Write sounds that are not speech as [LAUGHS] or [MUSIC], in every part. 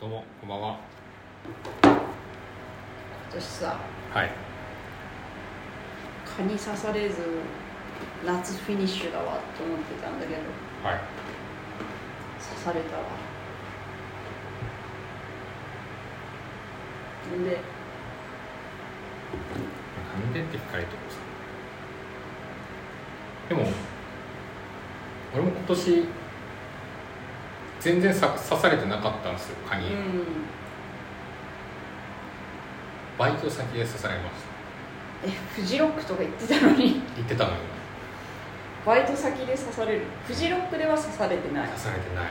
どうもこんばんは私さはい蚊に刺されず夏フィニッシュだわと思ってたんだけどはい刺されたわんでなんでって聞かれてもさでも俺も今年全然さ刺されてなかったんですよ蚊うに、んバイト先で刺されましたえフジロックとか言ってたのに [LAUGHS] 言ってたのにバイト先で刺されるフジロックでは刺されてない刺されてない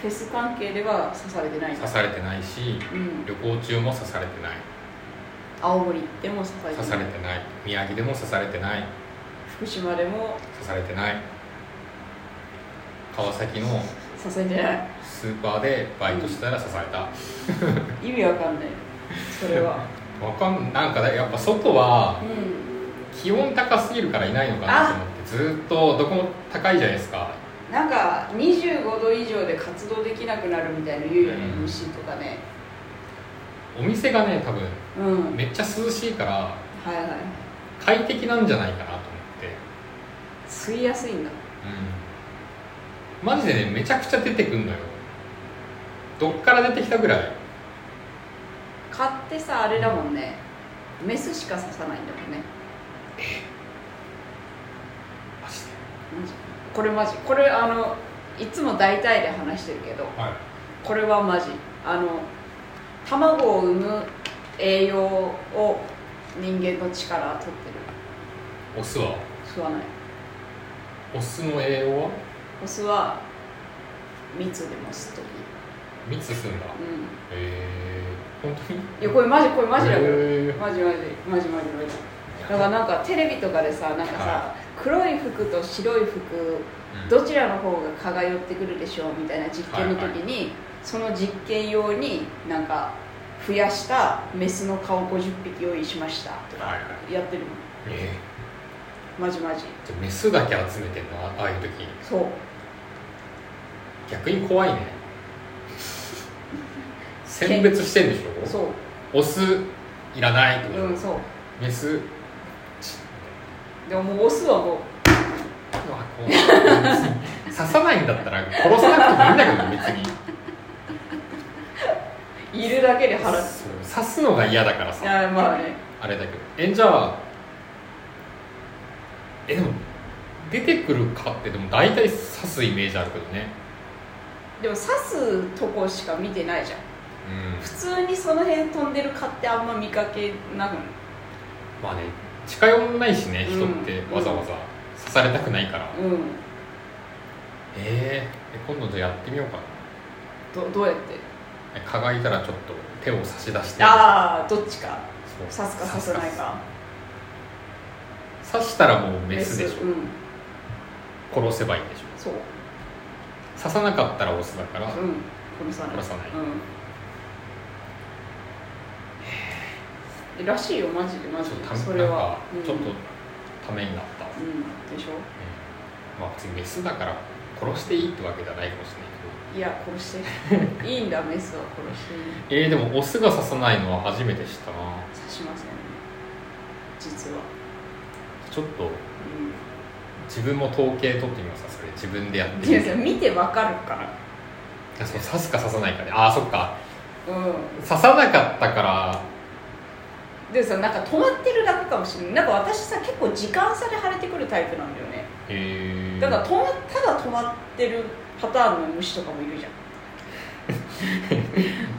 フェス関係では刺されてない刺されてないしうん旅行中も刺されてない青森でも刺されて刺ないされてない宮城でも刺されてない福島でも刺されてない川崎の刺されてないスーパーでバイトしたら刺された、意味わかんないそれは [LAUGHS] わかんなんかねやっぱ外はうん気温高すぎるからいないのかなと思ってずーっとどこも高いじゃないですかなんか25度以上で活動できなくなるみたいな言うよねうん虫とかねお店がね多分うんはいめっちゃ涼しいからはい快適なんじゃないかなと思って吸いやすいんだうんマジでねめちゃくちゃ出てくんのよどっから出てきたぐらい買ってさあれだもんねメスしか刺さないんだもんねマジでマジこれマジこれあのいつも大体で話してるけどはいこれはマジあの卵を産む栄養を人間の力は取ってるオスは吸わないオスの栄養はオスは蜜でも吸っとき蜜すんだうえー、本当にんいやこれマジこれマジだよえマジマジマジマジマジだからなんかテレビとかでさなんかさは黒い服と白い服ーどちらの方が蚊が寄ってくるでしょうみたいな実験の時に、その実験用になんか増やしたメスの蚊を50匹用意しましたとはかいはやってるのえマジマージじゃあメスだけ集めてんのあああいう時そう逆に怖いね選別してんでしょそうオスいらないってこと、うんそうメスでももうオスはもううわこう別に [LAUGHS] 刺さないんだったら殺さなくてもいいんだけど別にいるだけで腹いそう刺すのが嫌だからさやまあねあれだけどえじゃあえでも出てくるかってでも大体刺すイメージあるけどねでも刺すとこしか見てないじゃんうん普通にその辺飛んでる蚊ってあんま見かけなくないまあね近寄んないしね人ってうんわざわざ刺されたくないから、うんえーえ今度じゃあやってみようかなどどうやって蚊がいたらちょっと手を差し出してああどっちかそう刺すか刺さないか刺したらもうメスでしょうん殺せばいいんでしょそう刺さなかったらオスだからうん殺さない殺さないうんえらしいよマジでマジちょっとでたそれはなんかちょっとうたん、めになった、うんうん、でしょまあ別にメスだから殺していいってわけじゃないかもしれないいや殺し [LAUGHS] ていいんだメスは殺していいけどえー、でもオスが刺さないのは初めて知ったな刺しませんね実は、ちょっとう自分も統計取ってみますかそれ自分でやっん、ていみやるいや見てわかるからあそう刺すか刺さないかでああそっかう刺さなかったからんでさなんか止まってるだけかもしれないなんか私さ結構時間差で腫れてくるタイプなんだよねえー、だから止まただ止まってるパターンの虫とかもいるじゃん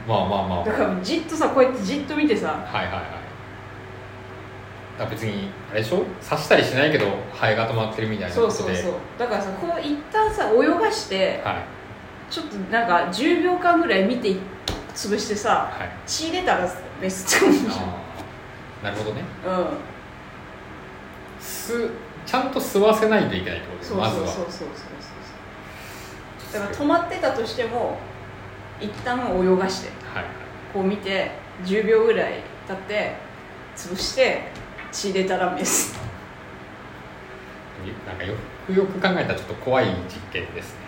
まあまあまあ、まあだからじっとさこうやってじっと見てさはいはいはいだから別にあれでしょ刺したりしないけどハエが止まってるみたいなそうことそうでそうだからさこう一旦さ泳がしてはいちょっとなんか10秒間ぐらい見て潰してさはい血出たらメスって思うじあーなるほどねゃんうんすちゃんと吸わせないといけないってことですそうまそうずそうはそうそうそうだから止まってたとしても一旦泳がしてはいはいこう見て10秒ぐらい経って潰して血出たらメスなんかよくよく考えたらちょっと怖い実験ですね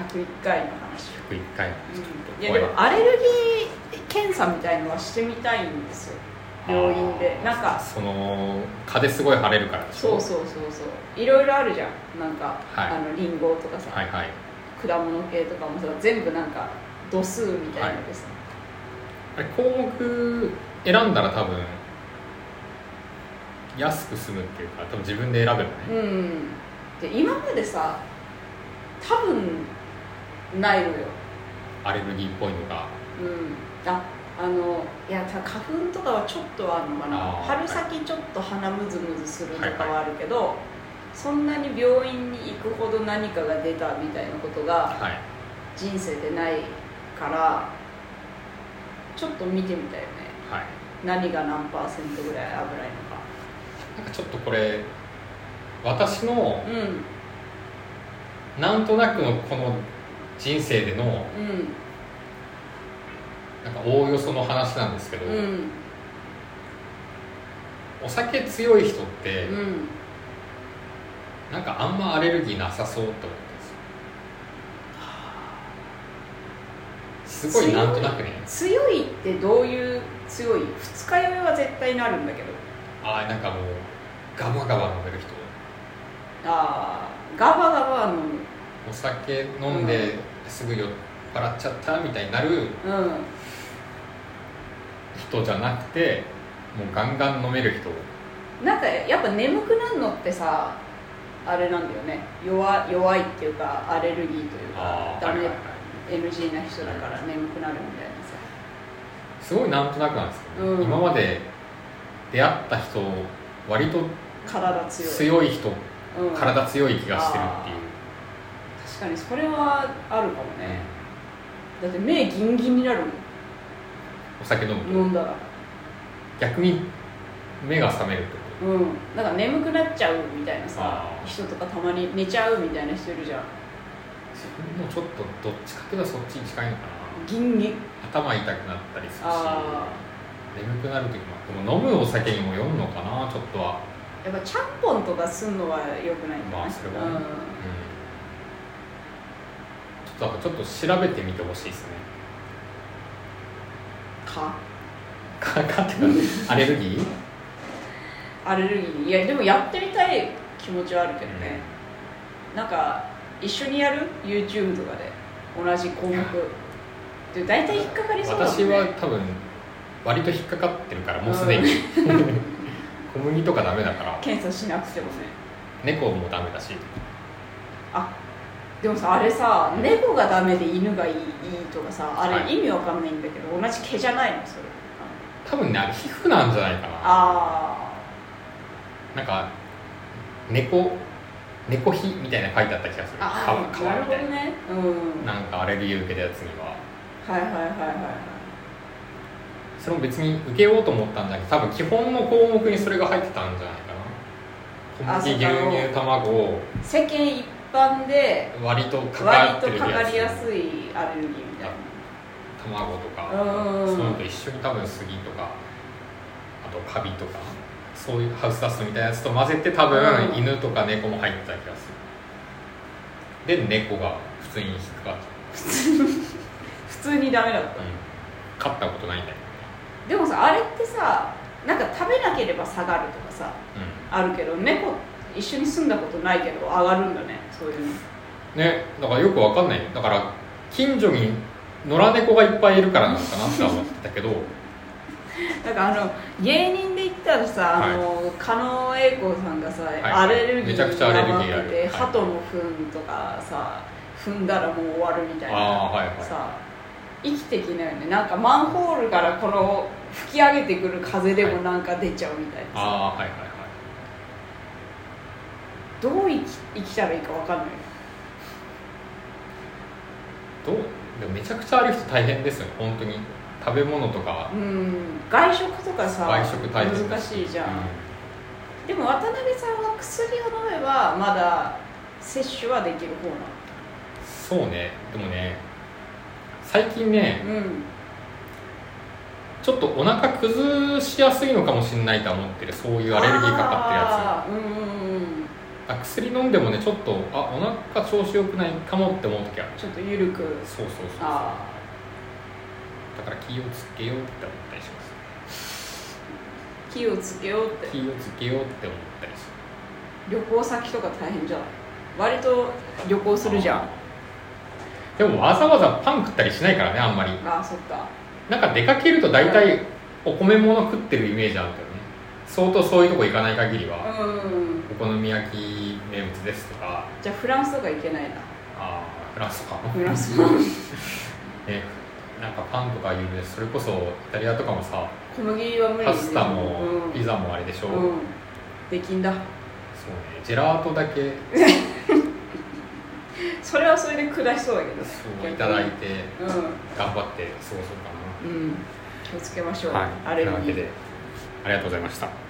う101回の話を、 1回うんいやでもアレルギー検査みたいのはしてみたいんですよ病院でなんかその蚊ですごい腫れるからでしそょうそうそうそういろいろあるじゃんなんか、はいあのリンゴとかさ、はいはい果物系とかもさ全部なんか度数みたいなのでさ、あれ項目選んだら多分安く済むっていうか多分自分で選べばね、うんで今までさ多分ないのよアレルギーっぽいのがうんああのいやた花粉とかはちょっとはあるのかなあー春先ちょっと鼻ムズムズするとかはあるけど、そんなに病院に行くほど何かが出たみたいなことがはい人生でないからちょっと見てみたいよねはい何が何パーセントぐらい危ないのかなんかちょっとこれ私のうんなんとなくのこの人生でのうんなんかおおよその話なんですけど、うんお酒強い人って、うんなんかあんまアレルギーなさそうって思ったんですよすごいなんとなくね強いってどういう強い二日酔いは絶対なるんだけどああなんかもうガバガバ飲める人ああガバガバは飲むお酒飲んですぐ酔っ払っちゃったみたいになるうん人じゃなくてもうガンガン飲める人なんかやっぱ眠くなるのってさあれなんだよね弱弱いっていうかアレルギーというかあーダはいはメいはい NG な人だから眠くなるみたいなさすごいなんとなくなんですけど、うん今まで出会った人割と体強い強い人うん、体強い気がしてるっていう、確かにそれはあるかもねねだって目ギンギンになるお酒飲むもとん飲んだら逆に目が覚めるってことうんなんか眠くなっちゃうみたいなさあー人とかたまに寝ちゃうみたいな人いるじゃん自分もちょっとどっちかっていうとそっちに近いのかなギンギン頭痛くなったりするしあ眠くなる時もあっても飲むお酒にもよるのかなちょっとはやっぱちゃんぽんとかすんのは良くないんじゃなまいあそれはうねんうんちょっとだからちょっと調べてみてほしいですねかかかっていう [LAUGHS] かアレルギー、アレルギーにいやでもやってみたい気持ちはあるけどね、なんか一緒にやる YouTube とかで同じ項目で大体引っかかりそうだもん私ねは多分割と引っかかってるからもうすでに [LAUGHS] 小麦とかダメだから検査しなくてもね猫もダメだしあでもさあれさ猫がダメで犬がいいいいとかさあはれい意味わかんないんだけど、同じ毛じゃないのそれ多分ねあれ皮膚なんじゃないかなあなんか猫猫皮みたいなの書いてあった気がするーあ皮ー皮なるみほたどいなねうんはいなんかアレルギー受けたやつにははいはいはいはいそれも別に受けようと思ったんじゃなくて多分基本の項目にそれが入ってたんじゃないかなあ小麦そうだろう牛乳卵世間一般で割とか割かってとるかかりややすいアレルギーみたいなつ卵とかうんそういうのと一緒に多分杉とかあとカビとかそういうハウスダストみたいなやつと混ぜて多う分ん犬とか猫も入ってた気がするで猫が普通に引っかかっちゃ普通にダメだったう、飼ったことないんだけでもさあれってさなんか食べなければ下がるとかさどね、あるけど猫一緒に住んだことないけど上がるんだねそういうのうん、ねだからよくわかんないよだから近所に野良猫がいっぱいいるからなのかなって思ってたけ [LAUGHS] どなんかあの芸人で言ったらさ、あの狩野英孝さんがさ、アレルギーめちゃくちゃアレルギーがあっるてはい鳩の糞とかさ踏んだらもう終わるみたいなああーはいはさ生きてきなよねなんかマンホールからこの吹き上げてくる風でもなんか出ちゃうみたいなああさ、ーはいはいはいどう生き生きたらいいかわかんないよどうでもめちゃくちゃ歩く人大変ですよね本当に食べ物とかうん外食とかさ外食大変です難しいじゃん、うんでも渡辺さんは薬を飲めばまだ摂取はできる方なそうねでもね最近ねのうんちょっとお腹崩しやすいのかもしれないとは思ってるそういうアレルギーかかってるやってるやつうんうんうんつあ薬飲んでもねちょっとあお腹調子よくないかもって思う時あるちょっと緩くそうそうそうだあから気をつけようって思ったりしますあ気をつけようって気をつけようって思ったりしま旅行先とか大変じゃない割と旅行するじゃんすでもわざわざパン食ったりしないからねあんまりああそっかなんか出かけると大体お米物食ってるイメージあるけどね相当そういうとこ行かない限りはうんお好み焼き名物ですとかじゃあフランスとか行けないなあーフランスとかフランスもねなんかパンとか有名ですそれこそイタリアとかもさ小麦は無理パスタもうんピザもあれでしょ、うそうんできんだねジェラートだけそれはそれで下しそうだけどねそういただいてう頑張って過ごそうかんうん気をつけましょう、な、はい、アレルというわギけーでありがとうございました